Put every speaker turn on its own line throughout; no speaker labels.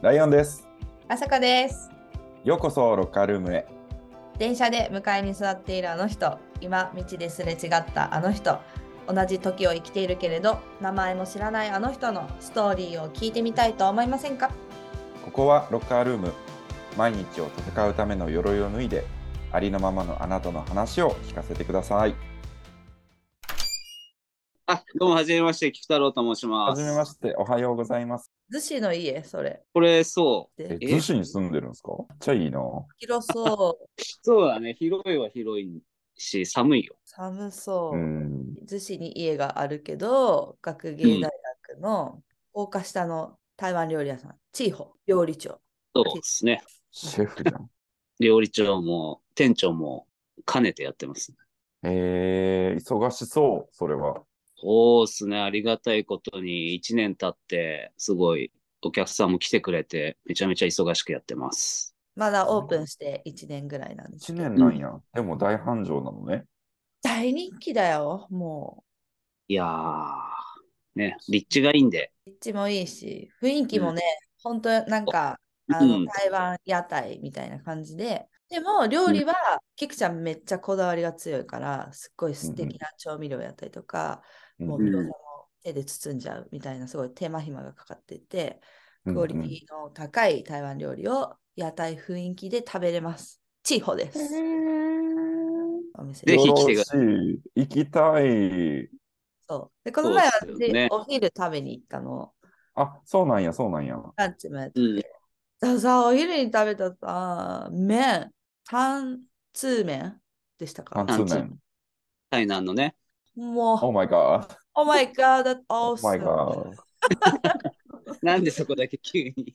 ライオンです。
あさかです。
ようこそロッカールームへ。
電車で向かいに座っているあの人、今道ですれ違ったあの人、同じ時を生きているけれど、名前も知らないあの人のストーリーを聞いてみたいと思いませんか
ここはロッカールーム。毎日を戦うための鎧を脱いで、ありのままのあなたの話を聞かせてください。
あ、どうも、はじめまして、菊太郎と申しま
は
す。
じめまして、おはようございます。
逗子の家、それ。
これ、そ
え、
で
え
逗子に住んでるんですかめっちゃいいな。
広 そう、
う。そうだね、広いは広いし、寒いよ。
寒そうう。
ん。
逗子に家があるけど、学芸大学の高架下の台湾料理屋さん、チーホ料理長。
そうで すね。
シェフじゃん。
料理長も、店長も、兼ねてやってます。
えー、忙しそう、それは。
そうですね、ありがたいことに、1年経って、すごい、お客さんも来てくれて、めちゃめちゃ忙しくやってます。
まだオープンして1年ぐらいなんですけ
1
ど。
年なんや。でも大繁盛なのね。
大人気だよ、もう。
いやー、ね、立地がいいんで、
立地もいいし、雰囲気もね、本当なんか、
うん
あの台湾屋台みたいな感じで、でも料理は、キクちゃんめっちゃこだわりが強いから、すっごい素敵な調味料やったりとか、もう
うん
餃子も手で包んじゃうみたいな、すごい手間暇がかかってて、
うん
クオリティの高い台湾料理を屋台雰囲気で食べれます。チーホです。お店
ぜひ来てく
よろ
だ
しい。行きたい。
そうでこの前は
そうですよね
お昼食べに行ったの、
あ、そうなんや、そうなんや。
ランチもやって
うん、
ださ、お昼に食べたさ、麺、単通麺でしたか
あ、そうなんや。
台南のね、
もう、
Oh my god.
お my god, that's
Oh my
awesome.
god.
なんでそこだけ急 に。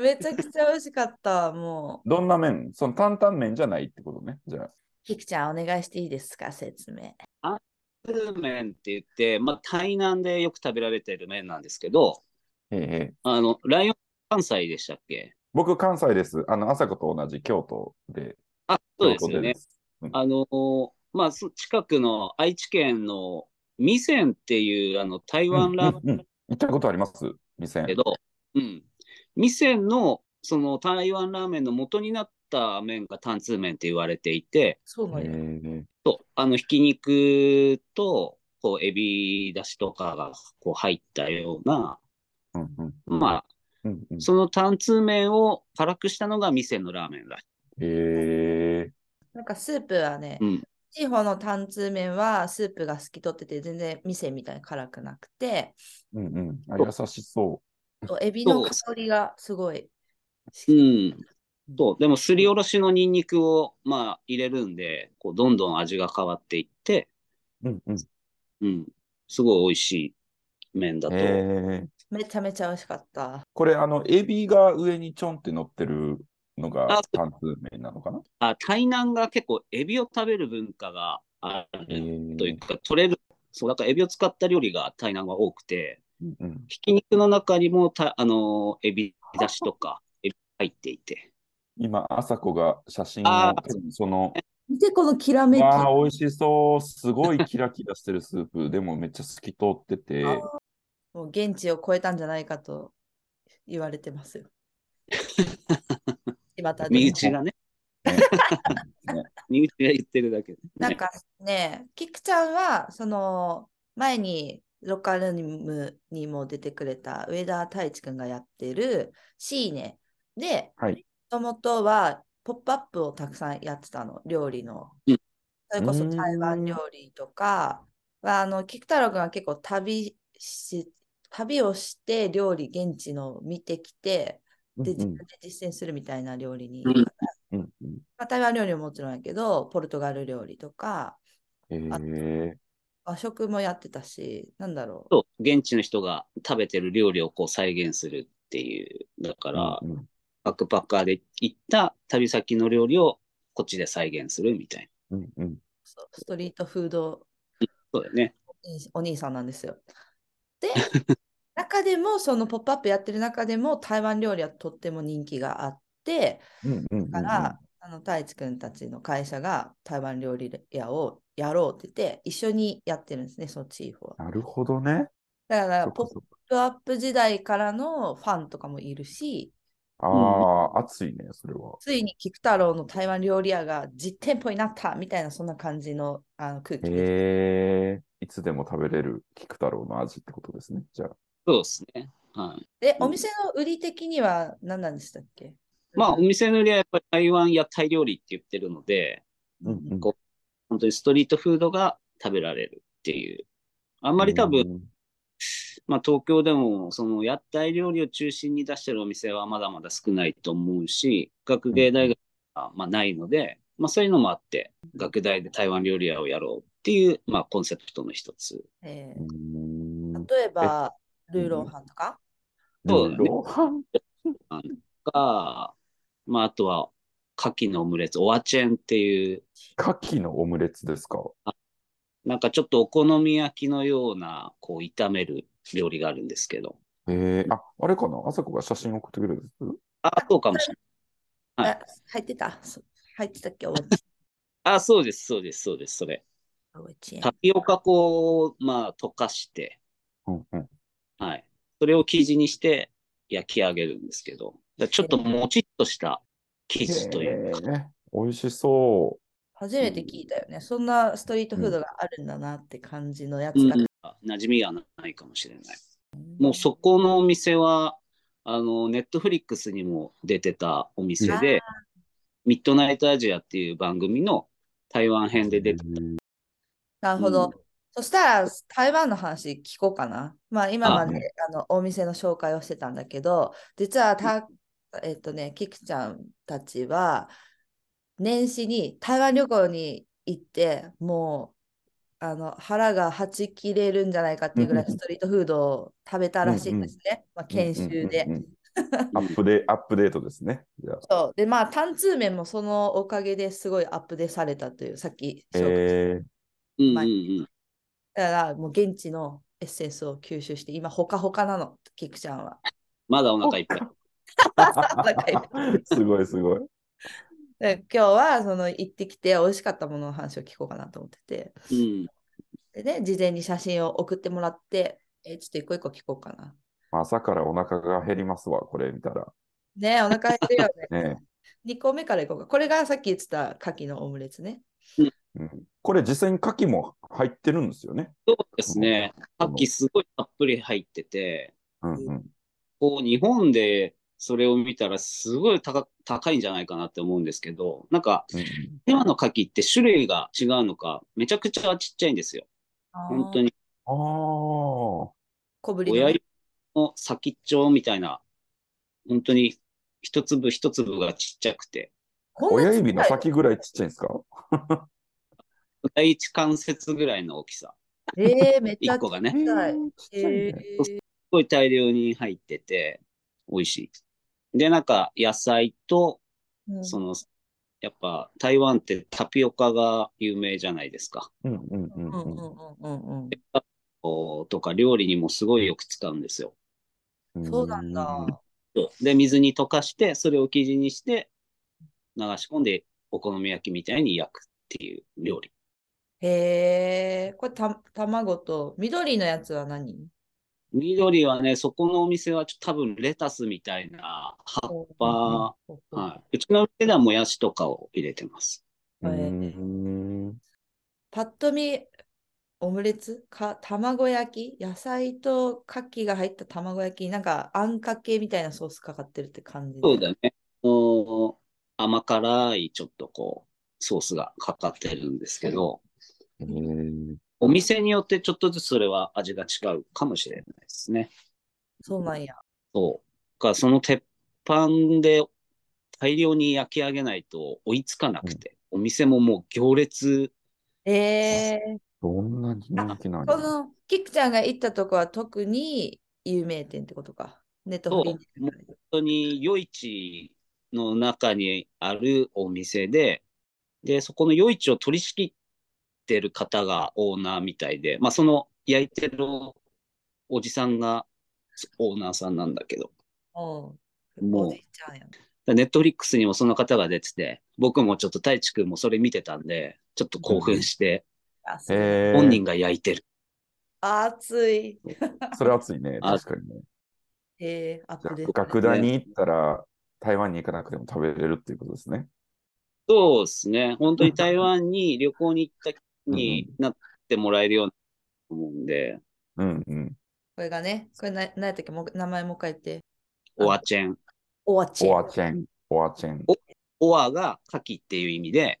めちゃくちゃ美味しかった、もう。
どんな麺その担々麺じゃないってことね。じゃあ。
キクちゃん、お願いしていいですか、説明。
ツーメンって言って、まあ、台南でよく食べられてる麺なんですけど、
へえへえ
あの、ライオン関西でしたっけ
僕、関西です。あの、朝子と同じ京都で。
あ、そうですよね。
京
あのー、まあ、そ近くの愛知県の味仙っていう、あの、台
都
湾ラーメ
うんうんうん行ったことあります店
ン。けど、うん。味仙の、その台湾ラーメンの元になった麺が単通麺って言われていて、
そうなん
へ
や
え
そう、あの、ひき肉と、こう、エビだしとかが、こう、入ったような、
うんうん
まあ、
うんうん
その単通麺を辛くしたのが店のラーメンだ。
へえ
なんかスープはね
うん、
地方の単通麺はスープが透き通ってて、全然店みたいに辛くなくて、
うんうんあ優しそ
とエビの
そう
香りがすごい。
うん。そう。でもすりおろしのニンニクをまあ入れるんで、こうどんどん味が変わっていって、
う。うんうん
うん。すごい美味しい麺だと。
へえ
めちゃめちゃ美味しかった。
これ、あの、エビが上にちょんって乗ってるのが
あ
単通麺なのかな
あ、台南が結構エビを食べる文化があ
へえ
るというか、取れる。そう、だからエビを使った料理が台南は多くて、
うんうん
ひき肉の中にもた、あのーエビだしとか、エビ入ってい て。
今、朝子が写真
あ
を
ー、
その、
見て、このきらめき。
ああ、美味しそう。すごいキラキラしてるスープ。でもめっちゃ透き通ってて。
もう現地を超えたんじゃないかと言われて ますよ。巷
身
で
内がね、
ね
身内が言ってるだけで、
なんかね、キクちゃんは、その前にロッカールームにも出てくれた上田太一くんがやってるシーネで、
はい
もともとはポップアップをたくさんやってたの、料理の。
うん
それこ
う
そ
ーん
台湾料理とか、はあの、キク太郎くんは結構旅し、旅をして料理現地の見てきて、
うん
で、
う
自
ん
分で実践するみたいな料理に、
うん
うんうん
まあ、台湾料理ももちろんやけど、ポルトガル料理とか、
へ
あ
え
和食もやってたし、なんだろう。
そう現地の人が食べてる料理をこう再現するっていう、だから、
うんうん
バックパッカーで行った旅先の料理をこっちで再現するみたいな。
うんうん
そうストリートフード
そうだよね。
お兄さんなんですよ。 で、中でも、そのポップアップやってる中でも、台湾料理はとっても人気があって、
うんうんうんうん
だから、あの太一くんたちの会社が台湾料理屋をやろうって言って、一緒にやってるんですね、そのチーフは。
なるほどね。
だから
そっ
ポ
か
ッ
そっか
プアップ時代からのファンとかもいるし、
ああ、熱いね、それは。
ついに菊太郎の台湾料理屋が実店舗になったみたいなそんな感じのあの空気です。
ええいつでも食べれる菊太郎の味ってことですね。じゃあ。
そうですね。はい。
で、お店の売り的には何なんでしたっけ
まあ、お店の売りはやっぱり台湾屋台料理って言ってるので、
うんうん
こ本当にストリートフードが食べられるっていう。あんまり多分、
うん
まあ、東京でもその屋台料理を中心に出してるお店はまだまだ少ないと思うし、学芸大学がまあないので、まあ、そういうのもあって、学大で台湾料理屋をやろうっていう、まあ、コンセプトの一つ。
え
う
ー
ん
例えば、ルーローハンとか、
そうだね
ルーローハン
が、まあ、あとは、牡蠣のオムレツ、オアチェンっていう、
牡蠣のオムレツですか。
なんかちょっとお好み焼きのような、こう、炒める料理があるんですけど。
ええあ、あれかなあさこが写真送ってくれるんです。
あ、そうかもしれない。はい
あ入ってたそ入ってたっけおうち
あ、そうです、そうです、そうです、それ。
おうち
タピオカ粉を、まあ、溶かして、
うんうん。
はい。それを生地にして焼き上げるんですけど、だからちょっともちっとした生地というか、
ね。美味しそ
初めて聞いたよね。そんなストリートフードがあるんだなって感じのやつ
うん
だから。
馴染みがないかもしれない。もうそこのお店は、あの、ネットフリックスにも出てたお店で、ミッドナイトアジアっていう番組の台湾編
う。
で出て、
うん
なるほど。
うん
そしたら台湾の話聞こうかな。まあ今ま
あう
であのお店の紹介をしてたんだけど、実はた、えっとね、キクちゃんたちは年始に台湾旅行に行って、もうあの腹がはち切れるんじゃないかっていうぐらい
うんうんうん
ストリートフードを食べたらしいんですね。まあ、研修で
うん。うんうんアップデ、アップデートですね。じゃあ。
そうでまあ単通面もそのおかげですごいアップデートされたというさっき紹介した
え
うんうん
まあ
うん。
だからもう現地のエッセンスを吸収して今ほかほかなのキクちゃんは。
まだお腹いっぱい。
ー、すごいすごい。
で今日はその行ってきて美味しかったものの話を聞こうかなと思ってて
うん。
でね事前に写真を送ってもらってえちょっと一個一個聞こうかな。
朝からお腹が減りますわ、これ見たら。
ねお腹減るよね。
ね
2個目からいこうか。これがさっき言ってた牡蠣のオムレツね。
えうん、これ実際に牡蠣も入ってるんですよね。
そうですね。さっきすごいたっぷり入ってて、
うんうん。
こう日本でそれを見たらすごい高高いんじゃないかなって思うんですけど、なんか
うん
今の牡蠣って種類が違うのか、めちゃくちゃちっちゃいんですよ。本当
に。
に
ああ。
小ぶりの
親指の先っちょみたいな、本当に一粒一粒がちっちゃくて、
こん
親
なちっちゃい
指の先ぐらいちっちゃいんですか
第一関節ぐらいの大きさ、
えー、めっちゃ
一個がね
ちっちゃい。
ちっちゃい
え
ね
ー、
すごい大量に入ってて、美味しい。で、なんか野菜と、
うん
その、やっぱ台湾ってタピオカが有名じゃないですか。
うんうんう
うんん
う
うん
ん
うんうんうん。
こうとか料理にもすごいよく使うんですよ。
うん。
そうなんだ。
で、水に溶かして、それを生地にして、流し込んで、お好み焼きみたいに焼くっていう料理。
へえ、これた、卵と緑のやつは何
緑はね、そこのお店はちょ多分レタスみたいな葉っぱ、はい。うちのお店ではもやしとかを入れてます。
う
うん
ん。
パッと見、オムレツか、卵焼き野菜と牡蠣が入った卵焼き、なんかあんかけみたいなソースかかってるって感じ
そう
で。
だね。お甘辛いちょっとこう、ソースがかかってるんですけど、
えー
お店によってちょっとずつそれは味が違うかもしれないですね。
そうなんや。
そう。か、その鉄板で大量に焼き上げないと追いつかなくて、お店ももう行列、
えー、
どんな人気なん
こ
や
の、キクちゃんが行ったとこは特に有名店ってことか。ネットフリー
そう
で
本当に夜市の中にあるお店で、で、そこの夜市を取り仕切ってる方がオーナーみたいで、まあその焼いてるおじさんがオーナーさんなんだけど、
うん。
もう
おじいちゃんやね。
ネットフリックスにもその方が出てて、僕もちょっと太一くんもそれ見てたんで、ちょっと興奮して、
あ、そう
えー
本人が焼いてる。
暑い。
それ暑いね。
あ
確かにね。
へえ、アッ
じゃ
プデー
あ、
ト。
学大に行ったら、台湾に行かなくても食べれるっていうことですね。
そうですね。本当 に台湾に旅行に行ったに
う
なってもらえるようになると思うんで、
うんうん。
これがね、これな、なんやったっけ、もう名前もう一回言って。
オアチェン。
オアチェ
オアチェン。オアチェン。
オアが牡蠣っていう意味で、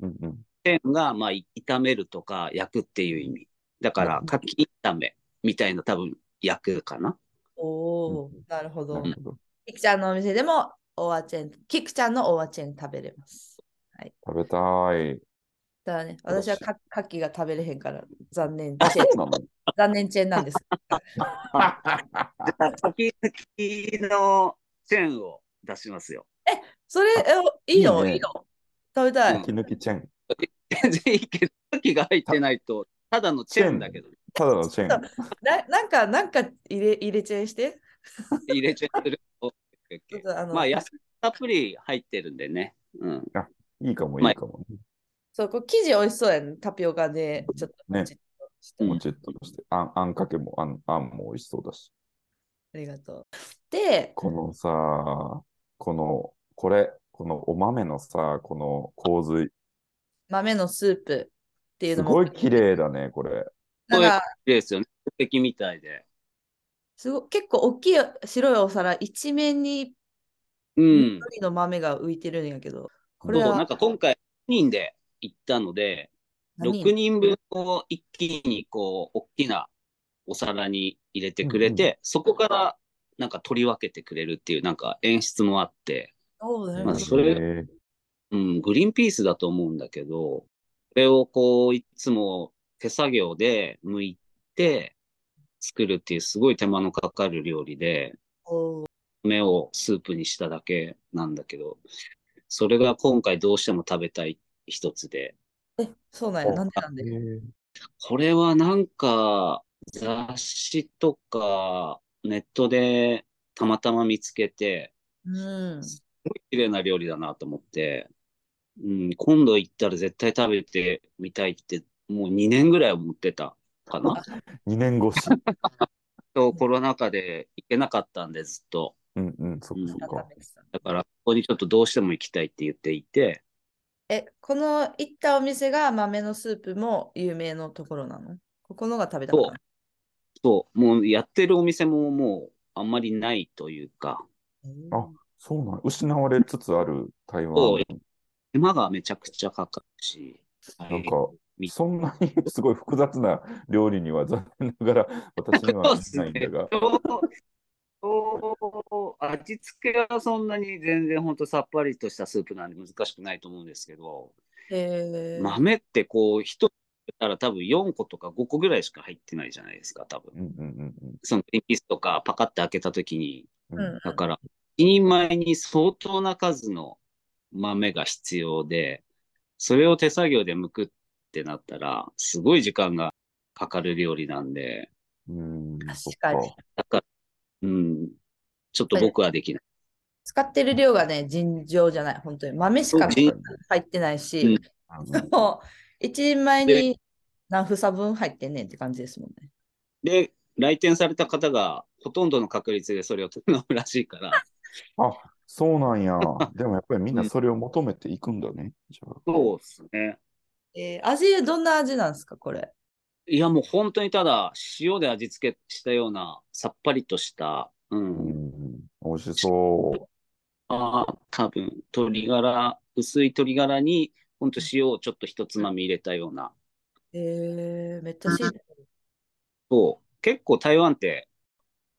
うんうん。
チェンがまあい炒めるとか焼くっていう意味。だから
うん
牡蠣炒めみたいな多分焼くかな。
おおー、なるほ
な
ど。
るほど。
キクちゃんのお店でもオアチェン、キクちゃんのオアチェン食べれます。
食べたい。
ただね、
よろし
私
い
はかカキが食べれへんから残念
あ、そ
チェン
う なの
残念チェーンなんです。
牡蠣のチェーンを出しますよ。
それ、えいいの
いいね
いいの食べたい。
うん
気抜きチェン。
全然いいけど、牡蠣が入ってないと、ただのチェーンだけど、
ただのチェーン。
ななんか、なんか入れ入れチェーンして。
入れちゃってる と。
ちょっとあの
まあ、野菜たっぷり入ってるんでね。うん。
いいかも、い
まあ
いかも。
そうこう生地美味しそうやね。タピオカでちょっと
ね
もちっとして、
うん
もちっとして。あんあんかけも、あんあんも美味しそうだし。
ありがとう。で、
このさ、この、これ、このお豆のさ、この洪水。
豆のスープっていう
す
のも。
ごい綺麗だね、これ。
なんか
でですよね。素敵みたいで。
すご結構大きい白いお皿一面に
うん。
緑の豆が浮いてるんやけど、これ
そう、
は
なんか今回、6人で行ったので、
何
6人分を一気にこう、大きなお皿に入れてくれて、
う
そこからなんか取り分けてくれるっていう、なんか演出もあって、
そうだよね
まあそれ
えー
うん、グリーンピースだと思うんだけど、これをこう、いつも手作業で剥いて作るっていうすごい手間のかかる料理で、
おー
目をスープにしただけなんだけど、それが今回どうしても食べたい一つで、
え、そうなんや。
お
なんでなんで。
えー
これはなんか雑誌とかネットでたまたま見つけて、
うん。
綺麗な料理だなと思って、うん、今度行ったら絶対食べてみたいって、もう2年ぐらい思ってたかな。
二年越し。
とコロナ禍で行けなかったんでずっと。
うんうん、そっかそっか。
だからここにちょっとどうしても行きたいって言っていて、
え、この行ったお店が豆のスープも有名のところなのここのが食べたか
そ
った。
う、そう、もうやってるお店ももうあんまりないというか、
うん
あそうなん失われつつある台
そ
湾
う。手間がめちゃくちゃかかるし、
なんか
み、
そんなにすごい複雑な料理には残念ながら私にはできないんだが。
そう味付けはそんなに全然ほんとさっぱりとしたスープなんで難しくないと思うんですけど、
へー
豆ってこう1つたら多分4個とか5個ぐらいしか入ってないじゃないですか多分
うんうん
そのエキスとかパカッて開けた時に
うん
うん
う
だから一人前に相当な数の豆が必要でそれを手作業で剥くってなったらすごい時間がかかる料理なんで
ん。うん、そっ
確かに
だからうんちょっと僕はできない。
使ってる量がね、尋常じゃない。本当に豆しか
そう尋
入ってないし、
うん
もう一人前
で
に何房分入ってんねんって感じですもんね。
で、来店された方がほとんどの確率でそれを頼むらしいから、
そうなんや。でもやっぱりみんなそれを求めていくんだね。じゃあ
そうですね。
えー味、どんな味なんですか、これ。
いや、もう本当にただ塩で味付けしたようなさっぱりとした、う、
うんん、美味しそ。
あー多分鶏ガラ、薄い鶏ガラに、本当塩をちょっとひとつまみ入れたような、
えー、めっちゃシンプル。
そう結構台湾って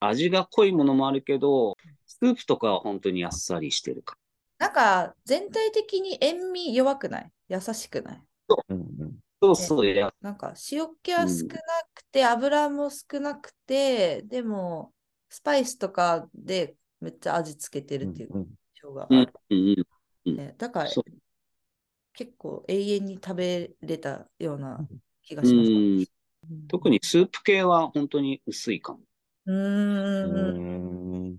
味が濃いものもあるけど、スープとかは本当にあっさりしてるか
なんか全体的に塩味弱くない優しくないう
うんうん
ら。そうそう、いや
なんか塩気は少なくて、油も少なくて、でもスパイスとかでめっちゃ味つけてるっていう
うんうん
印象が
うん
ある
うんうん、
ね。だから
そう
結構永遠に食べれたような気が
う
します。
ん。特にスープ系は本当に薄いかも。
うーん
うん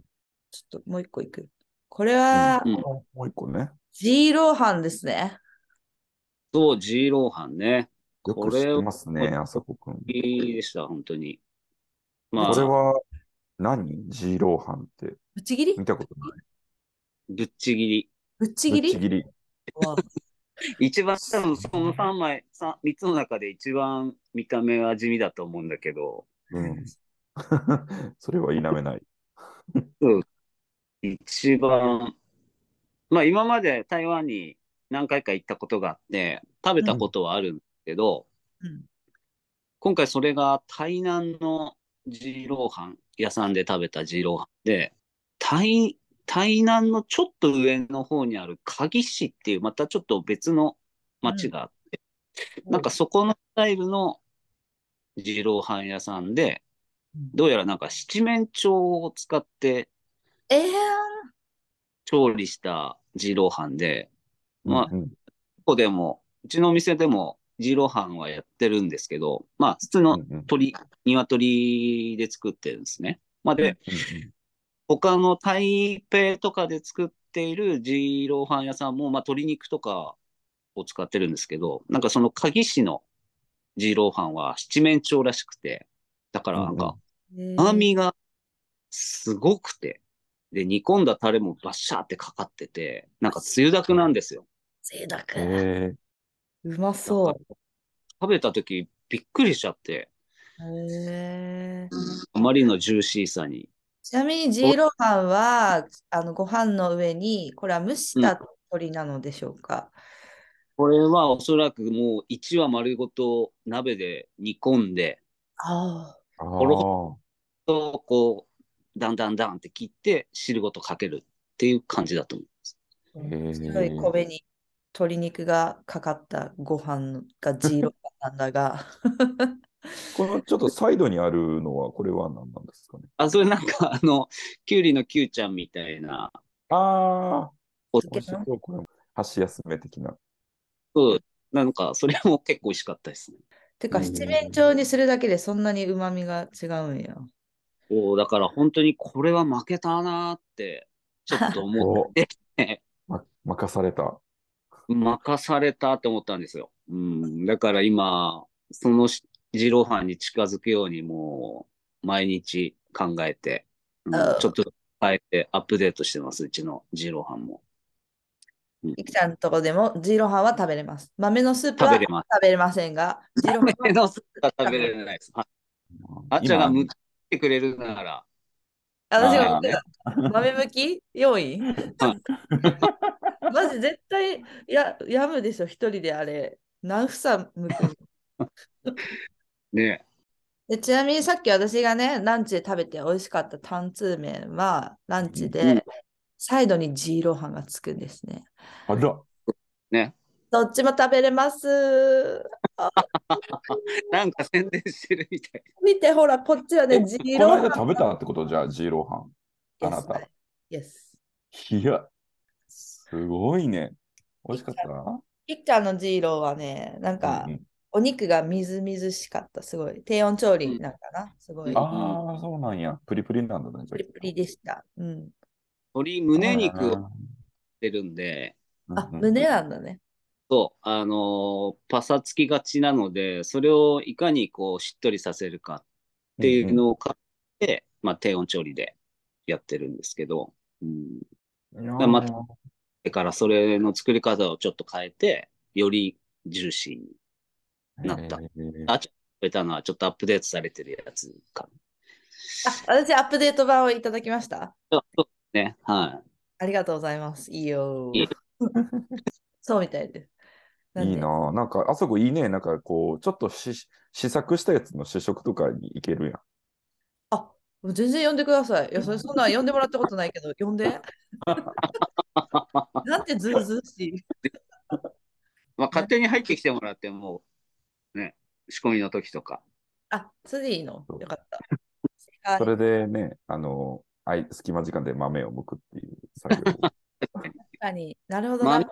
ちょっともう一個いく。これは
うん
もう一個ね。
ジーローハンですね。
そう、ジーローハンね。
よく知ってますね、あさこくん。
いいでした、本当に。まあ、
これは何ジーローハンって。
ぶっちぎり
見たことない。
ぶっちぎり。
ぶっちぎり
ぶっちぎり。
わ
一番、多分その3枚、三三つの中で一番見た目は地味だと思うんだけど、
うん。 それは否めない。
一番、まあ今まで台湾に何回か行ったことがあって、食べたことはあるんだけど、
うん
今回それが台南のジーローハン屋さんで食べたジーローハンで台台南のちょっと上の方にある鍵市っていうまたちょっと別の町があって、なんかそこのスタイルのジーローハン屋さんでどうやらなんか七面鳥を使って
えー、
調理したジーローハンでまあ
うんうん
ここでもうちのお店でもジーローハンはやってるんですけどまあ普通の
うんうん
鳥、鶏で作ってるんですね。まあ、
う
で
ん、
他の台北とかで作っているジーローハン屋さんも、まあ、鶏肉とかを使ってるんですけど、なんかその鍵市のジーローハンは七面鳥らしくて、だからな
うん
ん
うん
か、
えー
甘みがすごくて、で、煮込んだタレもバッシャーってかかってて、なんかつゆだくなんですよ。
贅沢、
え
うまそ
食べた時びっくりしちゃって、
う。へー
あまりのジューシーさに。
ちなみにジーローハンはあのご飯の上にこれは蒸した鳥なのでしょうか、
これはおそらくもう1羽丸ごと鍋で煮込んで、
あ
ー、あ
ろ
ー
とこう、だんだんだんって切って汁ごとかけるっていう感じだと思います。
あ、
へー
白い米に鶏肉がかかったご飯がジーローハンなんだが
このちょっとサイドにあるのは、これは何なんですかね。
あ、それなんかあの、きゅうりのきゅうちゃんみたいな、
ああ、
お
美味しそう、これも。箸休め的な。
そうなんかそれも結構美味しかったですね。
てか
うん
七面鳥にするだけでそんなにうまみが違うんや
おーだから本当にこれは負けたなーって、ちょっと思
お
って
ま、任された。
任されたって思ったんですよ。うん、だから今、そのし二郎飯に近づくようにもう毎日考えて、うん
あー
ちょっと変えてアップデートしてます、うちの二郎飯も。
いきちゃんのとこでもジーローハンは食べれます豆のスープは
食
食
べれます。
べれませんがジーローハン
目
は
のスープは食べれないです。はい あっちゃんが向きてくれるなら、
私が
あーね
豆むき4位マジ絶対ややむでしょ、一人であれ。何房むくの
ね、
でちなみにさっき私がね、ランチで食べて美味しかったタンツーメンは、ランチ
うん
でサイドにジーローハンがつくんですね。
あら、
どっちも食べれます。
なんか宣伝してるみ たい。
見てほら、こっちは
え
ね、
こ
ジーロ
の
ーハン
間。食べたってことじゃあ、ジーローハン。あなた。
イエス。
いや、すごいね。美味しかった
キッちゃんのジーローはね、なんか
うんうん
お肉がみずみずしかった。すごい。低温調理なんかな。すごい。
ああ、そうなんや。プリプリなんだね。じゃあ
プリプリでした。うん。
鶏胸肉を売ってるんで、
あ、
うんうん
胸なんだね。
そう、あのーパサつきがちなので、それをいかにこうしっとりさせるかっていうのを買って、まあ、低温調理でやってるんですけど、うん、
いやー
だからまただからそれの作り方をちょっと変えて、よりジューシーになった
えー
あ食べたのはちょっとアップデートされてるやつか
あ、私、アップデート版をいただきました。
な。そうですね、は
ありがとうございます。いいよー
いい。
そうみたいです。なん
いい
で
なぁ。なんか、あそこいいね。なんか、こう、ちょっとし試作したやつの試食とかに行けるやん。
あ、もう全然呼んでください。いや、それそんなん呼んでもらったことないけど、呼 んで。なんてずうずうしい。
い。まあ、勝手に入ってきてもらっても、ね、仕込みの時とか。
あ、それでいいの。よかった。
そ
確
れでね、あの、あい隙間時間で豆を剥くっていう作 業を。
かに。なるほど
ま
な。
あ、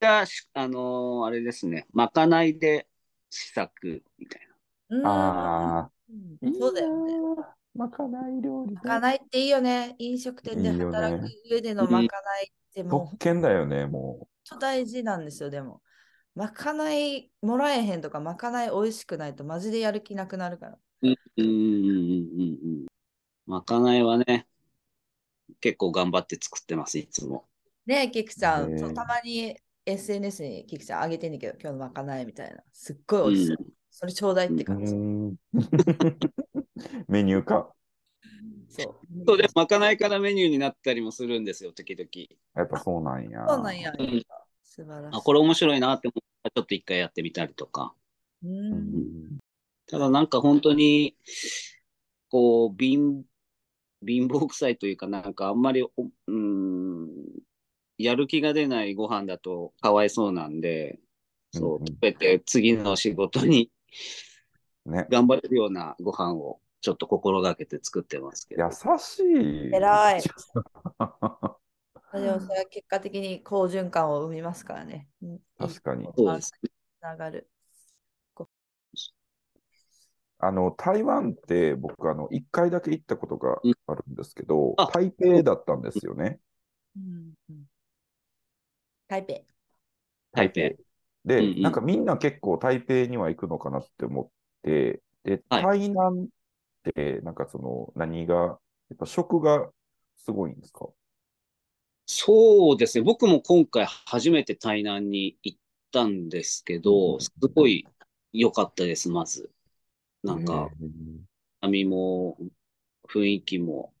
じゃあ、しあのーあれですね、まかないで試作みたいな。
うーん
ああ、
うんそうだよね。
いいなぁ。まかない料理ね。
まかないっていいよね。飲食店で
いいよね
働く上でのまかないってもう
特権だよね、も
本当大事なんですよ、でも。まかないもらえへんとか、まかない美味しくないとマジでやる気なくなるから。
うんうんうんうんうん。まかないはね、結構頑張って作ってます、いつも。
ねえ、キクちゃん、
ねえ
そうたまに SNS にキクちゃんあげてんねんけど、今日のまかないみたいな。すっごい美味しそう。それちょうだいって
う
感じ。
ん メニュー化。
そう。
そうで、まかないからメニューになったりもするんですよ、時々。
やっぱそうなんや。
そうなんや
うん。
素晴らしい。
あ、これ面白いなって思ったら、ちょっと一回やってみたりとか。
う。
うんん
ただなんか本当に、こう、貧、貧乏くさいというかなんかあんまりお、うん、やる気が出ないご飯だとかわいそうなんで、そう
う、んうん
食べて次の仕事に
ね、
頑張れるようなご飯をちょっと心がけて作ってますけ
優
ど。
しい。
偉い。
確
でもそれは結果的に好循環を生みますからね。うん
かに。
そうですね。
つながる。
あの、台湾って僕、あの、1回だけ行ったことがあるんですけど、
あ
台北だったんですよね。
うんうん台北。
台北。
で、
うんうん
なんかみんな結構台北には行くのかなって思って、で、
は
台
い
南って、なんかその、何が、やっぱ食がすごいんですか
そうですね。僕も今回初めて台南に行ったんですけど、すごい良かったです、まず。なんか、、
へー
波も、雰囲気も、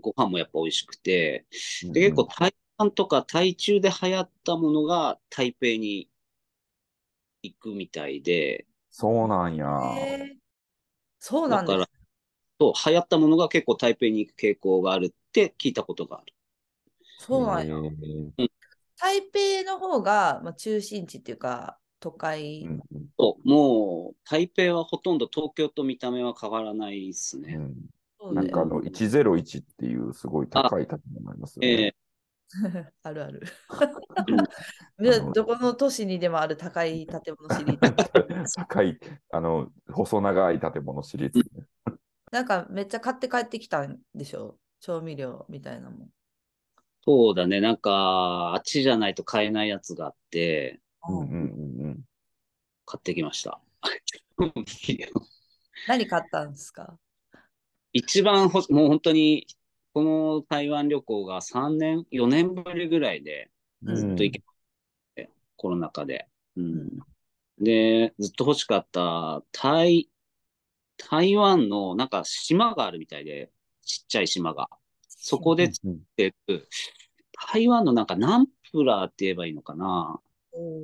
ご飯もやっぱ美味しくて、で、結構、台湾とか台中で流行ったものが台北に行くみたいで、
そうなんや。
へえそうな
だ
ん
か
です
ら。、そう、流行ったものが結構台北に行く傾向があるって聞いたことがある。
そうなんや。
へー
台北の方が、まあ、中心地っていうか、都会。
うんうん
そう、もう、台北はほとんど東京と見た目は変わらないです
う
ね。
ん
そう
なん
ね
かあの、101っていうすごい高い建物ありますよ
え
ね。
え
あるあ る。
うん
でどこの都市にでもある高い建物シリー ズ。
高い、あの、細長い建物シリーズね。
なんかめっちゃ買って帰ってきたんでしょ調味料みたいなもん。
そうだね、なんか、あっちじゃないと買えないやつがあって、
うんう
うんん
うんうん。
買ってきました。
何買ったんですか
一番ほ、もう本当に、この台湾旅行が3年、4年ぶりぐらいで、
うん
ずっと行けなくて、コロナ禍で。うん。で、ずっと欲しかった、台、台湾のなんか島があるみたいで、ちっちゃい島が。そこで
うんうん
作ってる、台湾のなんかナンプラーって言えばいいのかな
お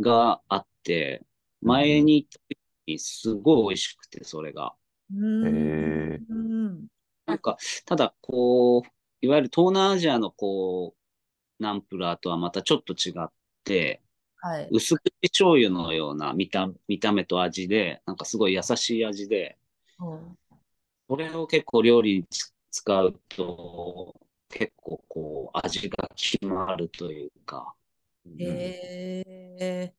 ー
があって、前に行った時にすごい美味しくて、それが。
うん
へえ
うん
なんか、ただ、こう、いわゆる東南アジアの、こう、ナンプラーとはまたちょっと違って、
はい。
薄口醤油のような見た、見た目と味で、なんかすごい優しい味で、
うん
これを結構料理につ使うと、結構こう、味が決まるというか、
へえ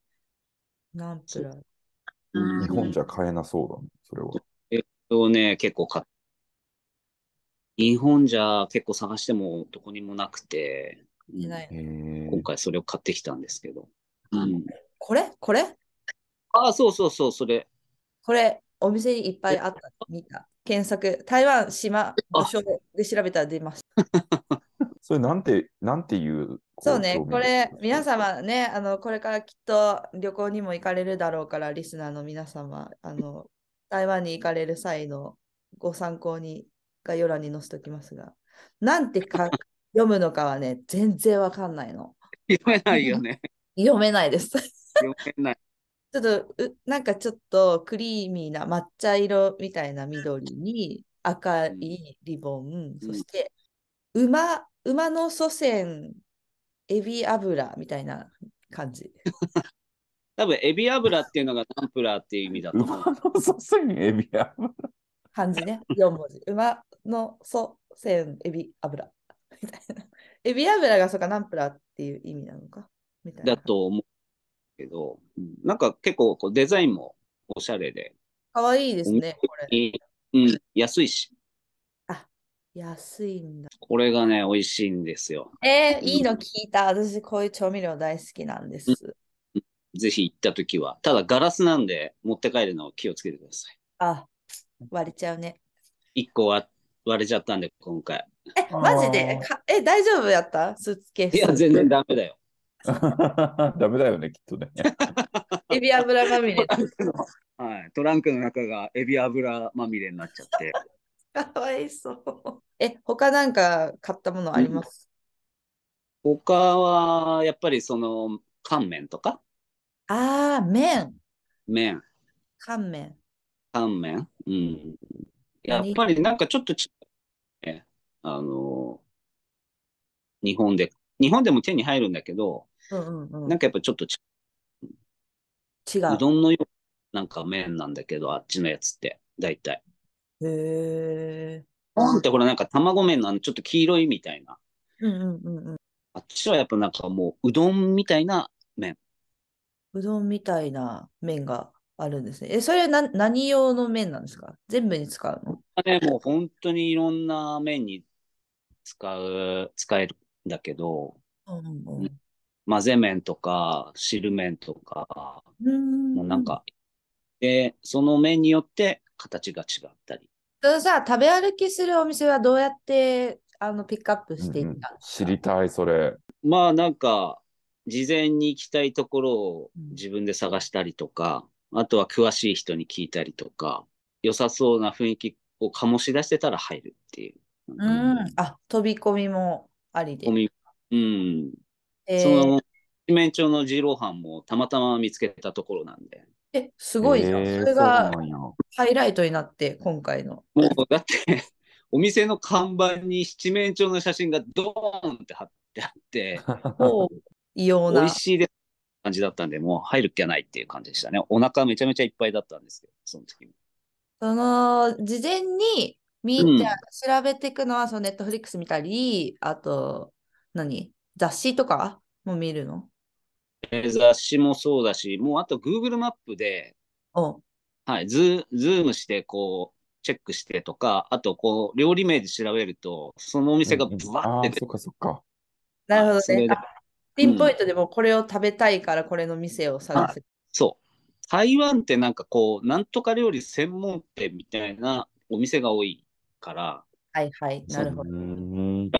ナンプラー。
うん
日本じゃ買えなそうだね、それは。
をね、結構買っ日本じゃ結構探してもどこにもなくて、うん
いない
へー
今回それを買ってきたんですけど。
うん
うん
これこれ
あ、そうそうそう、それ。
これお店にいっぱいあった。見た。検索。台湾島場所で調べたら出ます。
それなんて、なんていう。
そうね、これ、皆
ん。
様ね、あの、これからきっと旅行にも行かれるだろうから、リスナーの皆様、あの、台湾に行かれる際のご参考に概要欄に載せておきますが、なんてか読むのかはね、全然わかんないの。
読めないよ ね。
読めないです。
読めない。
ちょっとう、なんかちょっとクリーミーな抹茶色みたいな緑に赤いリボン、
うん
そして馬、馬の祖先、エビ油みたいな感じ。
多分、エビ油っていうのがナンプラーっていう意味だと 思
馬
う。
の祖先エビや。
漢字 ね、4文字。馬の祖先、エビ油 みたいな。エビ油がそうか、ナンプラーっていう意味なのかみたいな。
だと思うけど、うんなんか結構こうデザインもおしゃれで、
かわいいですね、これ。
いいうん、安いし。
あ安いんだ。
これがね、美味しいんですよ。
えー、いいの聞いた。私、こういう調味料大好きなんです。
ぜひ行ったときは。ただ、ガラスなんで、持って帰るのを気をつけてくださ
あ、割れちゃうね。
い。一個は割れちゃったんで、今回。
え、マジでかえ、大丈夫やったスーツケース。
いや、全然ダメだよ。
ダメだよね、きっとね。
エビ油まみ れ。
はい。トランクの中がエビ油まみれになっちゃって。
かわいそう。え、他なんか買ったものあります、
他は、やっぱりその、乾麺とか
ああ、麺。
麺。
乾麺。
乾麺うん。やっぱりなんかちょっとち、ね、あの、日本で、日本でも手に入るんだけど、
うんうんうん。
なんかやっぱちょっとち、
違
うどんのような、なんか麺なんだけど、あっちのやつって、大体。
う。へえ。
なんてほら、なんか卵麺のあのちょっと黄色いみたいな。
うんうんうんうん。
あっちはやっぱなんかもう、うどんみたいな、
うどんみたいな麺があるんですね。え、それはな何用の麺なんですか全部に使うの
ね、もう本当にいろんな麺に使う、使えるんだけど、
うん
うん混ぜ麺とか、汁麺とか、
うん。
もうなん。か、で、その麺によって形が違ったり。
そのさ、食べ歩きするお店はどうやってあのピックアップしてい
うんう
っ
ん
たんです
知
か
りたい、それ。
まあなんか、事前に行きたいところを
うん
自分で探したりとか、あとは詳しい人に聞いたりとか、良さそうな雰囲気を醸し出してたら入るっていう。
うん。あ、飛び込みもありで
お。みうん。
えー
その、七面鳥の二郎飯もたまたま見つけたところなんで。
え、すごいじゃん。
えー
それが
そうなんや
ハイライトになって、今回の。
もうだって、お店の看板に七面鳥の写真がドーンって貼ってあって、
異様
美
な
味。しいです感じだったんで、もう入る気はないっていう感じでしたね。お腹めちゃめちゃいっぱいだったんですけど、その時も。
その、事前に、みーちゃんが調べていくのは、そのネットフリックス見たり、あと、何雑誌とかも見るの
えー雑誌もそうだし、もうあと Google マップで、
お
はい、ズズームしてこう、チェックしてとか、あとこう、料理名で調べると、そのお店がブ
あ
ワーっ
あ
て
ー
出、て
そっかそっか。
なるほど
それ
ね。
で
あピンポイントでもこれを食べたいから、これの店を探す。
そう。台湾ってなんかこう、なんとか料理専門店みたいなお店が多いから、
はいはい、なるほど。
うーん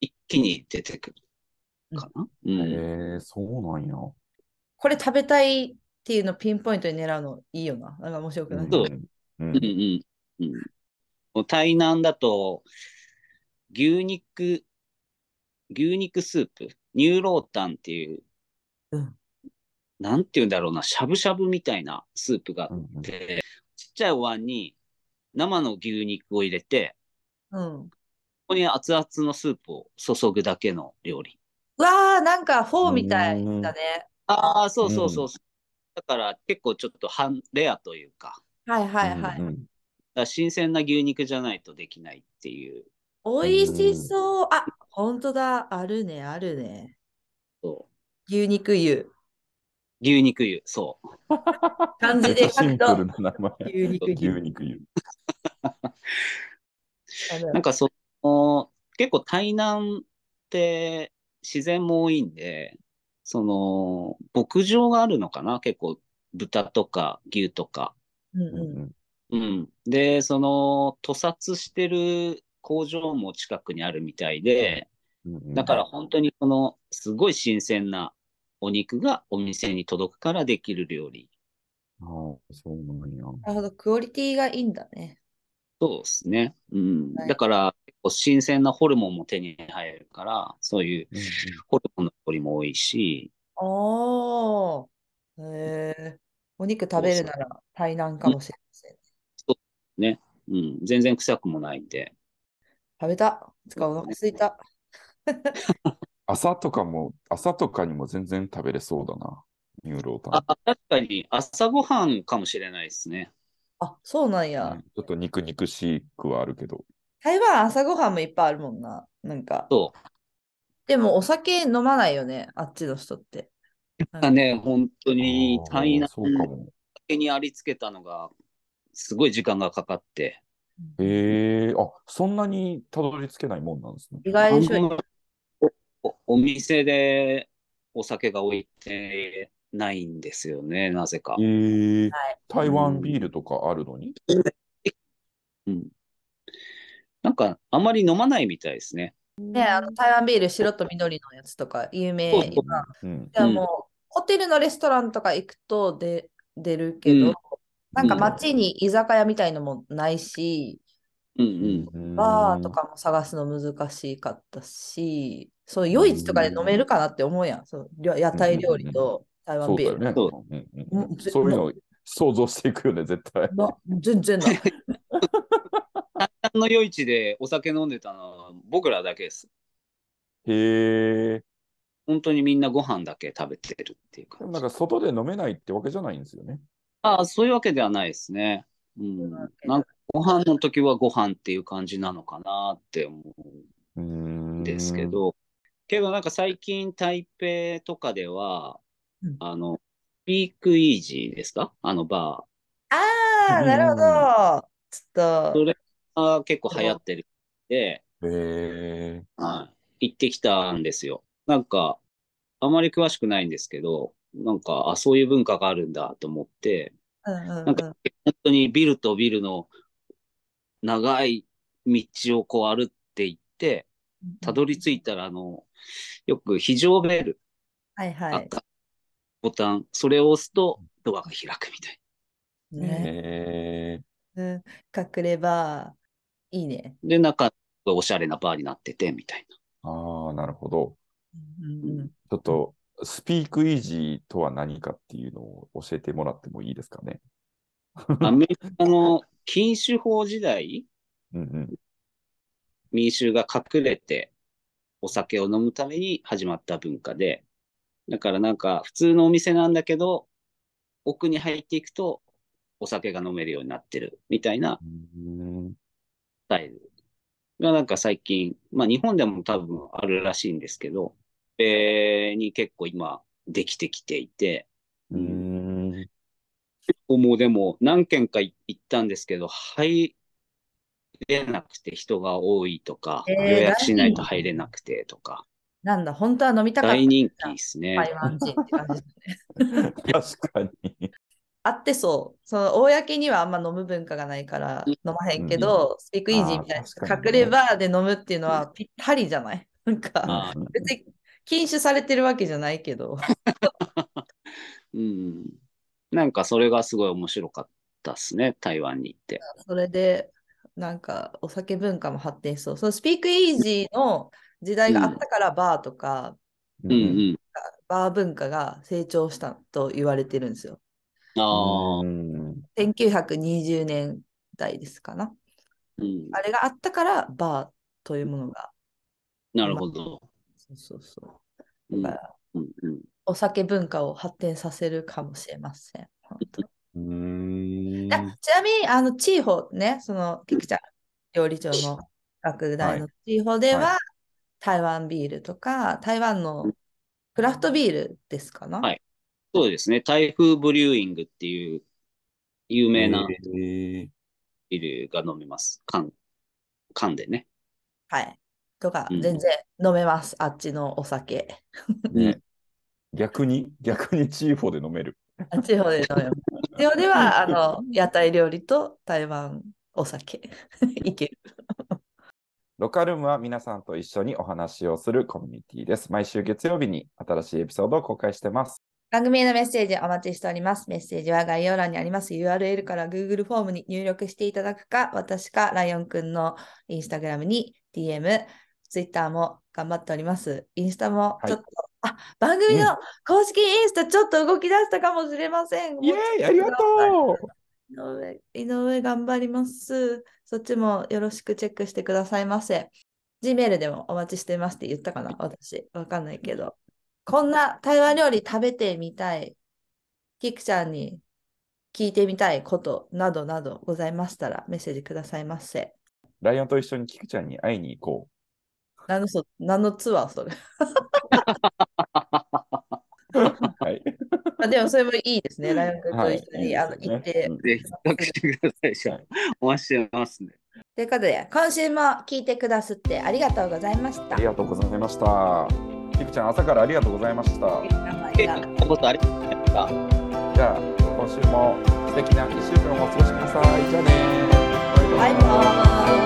一気に出てくるかな。うん。
えー、そうなんや。
これ食べたいっていうのをピンポイントに狙うのいいよな。なんか面白くない、
そう
うん
うんうんうん。もう台南だと、牛肉、牛肉スープ、乳老炭っていう、
うん
なんて言うんだろうな、しゃぶしゃぶみたいなスープがあ
う
っ
んうん
て、ちっちゃいお椀に生の牛肉を入れて、
うん。
ここに熱々のスープを注ぐだけの料理。
うわー、なんかフォーみたいだね。
ああ、そうそうそうそう。だから結構ちょっと半レアというか、
はいはいはい。
うんうん
だから新鮮な牛肉じゃないとできないっていう。
美味しそう。あ、本当だ。あるね、あるね。
そう
牛肉湯。
牛肉湯、そう。
漢字
めっち
で
ゃ
書
シ
く
ンプル
と、
な名前。
牛肉
牛
湯。
肉湯。
なんかその、結構台南って自然も多いんで、その、牧場があるのかな結構、豚とか牛とか。
うん
うん
うん
うん
うん。で、その、屠殺してる工場も近くにあるみたいで、
うんうん
だから本当にこのすごい新鮮なお肉がお店に届くからできる料理。
ああ、そうなんや。
なるほど、クオリティがいいんだね。
そうですね。うん。
はい
だから結構新鮮なホルモンも手に入るから、そういうホルモンの料理も多いし、
おー。へえ。お肉食べるなら台南かもしれません。
うん。全然臭くもないんで。
食べた。つかお腹すいた。
朝とかも、朝とかにも全然食べれそうだな。ニューロータ
あ、確かに朝ごはんかもしれないですね。
あ、そうなん
ン。う
や
ん。ちょっと肉肉しくはあるけど。
台湾朝ごはんもいっぱいあるもんな。なんか。
そう。
でもお酒飲まないよね、あっちの人って。
だね、本当に
あー
台南
そうかも。
にありつけたのが、すごい時間がかかって、
へえ、あ、そんなにたどり着けないもんなんですね。
意外でし
あん
ょ
まおお店でお酒が置いてないんですよね、なぜか。
へえ、台湾ビールとかあるのに
うん、なんか、あまり飲まないみたいですね。
ね、あの台湾ビール白と緑のやつとか有名
そうそう
な
うん。
でもホテルのレストランとか行くとで出るけど、
うん
なんか
うん
街に居酒屋みたいのもないし、
うんうん。
バーとかも探すの難しかったし、そう夜市とかで飲めるかなって思うやん。そうりょ屋台料理と台
そ
湾
うだ
ビー
よ
ル。
ね。
そ
うんうんうん
うんぜ
そういうのを想像していくよね、絶対。
な全然ない。
あの夜市でお酒飲んでたのは僕らだけです。
へえ。
本当にみんなご飯だけ食べてるっていう
で
か
もなんか外で飲めないってわけじゃないんですよね。
ああ、そういうわけではないですね。うん。なんかご飯の時はご飯っていう感じなのかなって思
うー
うんんですけ。ど、けどなんか最近台北とかでは、
うん
あの、ピークイージーですかあのバ
ああ、なるほど。ちょっ
そ
と
れ、ーが結構流行ってるんで、
へえ。
はい、行ってきたんですよ。なんか、あまり詳しくないんですけど、なんか、あ、そういう文化があるんだと思って、
うんうん
な
うん
か本当にビルとビルの長い道をこう歩っていって、
ん
たどり着いたら、あの、よく非常ベル、
はいはい。
赤ボタン、それを押すとドアが開くみたい
ね、
へえ。
うん隠れバー、いいね。
な。で、中、おしゃれなバーになってて、みたい
ああ、なるほど。
うんうんうん
ちょっと、スピークイージーとは何かっていうのを教えてもらってもいいですかね。
な。アメリカの禁酒法時代、
うんうん。
民衆が隠れてお酒を飲むために始まった文化で、だからなんか普通のお店なんだけど、奥に入っていくとお酒が飲めるようになってるみたいな
うん
スタイルがなんか最近、まあ日本でも多分あるらしいんですけど、えーに結構今できてきていて、
うん。
もうでも何軒か行ったんですけど、入れなくて人が多いとか、
えー
予約しないと入れなくてとか、
なんだ、本当は飲みたかった
大人気ですね。
台湾人って感じ ですね。
確かに。
あってそう。その公にはあんま飲む文化がないから
うん
飲まへんけど、スピークイージーみたい
あー確
な、
か
隠
にね
れバーで飲むっていうのはぴったりじゃない なんか、
あ
別に禁酒されてるわけじゃないけど。
うん。なんかそれがすごい面白かったっすね、台湾に行って。
それで、なんかお酒文化も発展しそう。そのスピークイージーの時代があったから、バーとか、
う
うんうん。
バー文化が成長したと言われてるんですよ。
ああ、
うん
1920年代ですかな。
うん。
あれがあったから、バーというものが。
なるほど。
そうそうそうう。
ん
だから、
うんうん
お酒文化を発展させるかもしれません。本当
うん。
あちなみに、あの、地方ね、その、キクちゃん、料理長の学大の地方では、
は
台湾ビールとか、台湾のクラフトビールですかな。
はいそうですね、台風ブリューイングっていう有名
へ
な
え
ビールが飲めます。缶、缶でね。
はいとか、
うん
全然飲めます、あっちのお酒。
ね逆に、逆にチーフォで飲める。
あ地方で飲めます。地方では、あの、屋台料理と台湾お酒。 いける。
ロカルームは皆さんと一緒にお話をするコミュニティです。毎週月曜日に新しいエピソードを公開してます。
番組へのメッセージお待ちしております。メッセージは概要欄にあります URL から Google フォームに入力していただくか、私かライオンくんのインスタグラムに DM、Twitter も頑張っております。インスタも
はい
ちょっと、あ、番組
う
の公式インスタちょっと動き出したかもしれません。もう
イエーイありがとう
井上、井上頑張ります。そっちもよろしくチェックしてくださいませ。Gmail でもお待ちしてますって言ったかな私。わかんないけど。こんな台湾料理食べてみたい。キクちゃんに聞いてみたいことなどなどございましたらメッセージくださいませ。
ライオンと一緒にキクちゃんに会いに行こ
何のそ何のツアーそ れ。
う。はい。
あでもそれもいいですね。ライオン君と
はい
一緒に、あの行って、
うん
ぜひ、企画してください。お待ちしてますね。
ということで、今週も聞いてくださってありがとうございました。
ありがとうございました。キクちゃん、朝からありがとうございました。
え、こことありがとうございました。
じゃあ、今週も素敵な1週間をお過ごしください。じゃあねバイバイ
バイバー イ。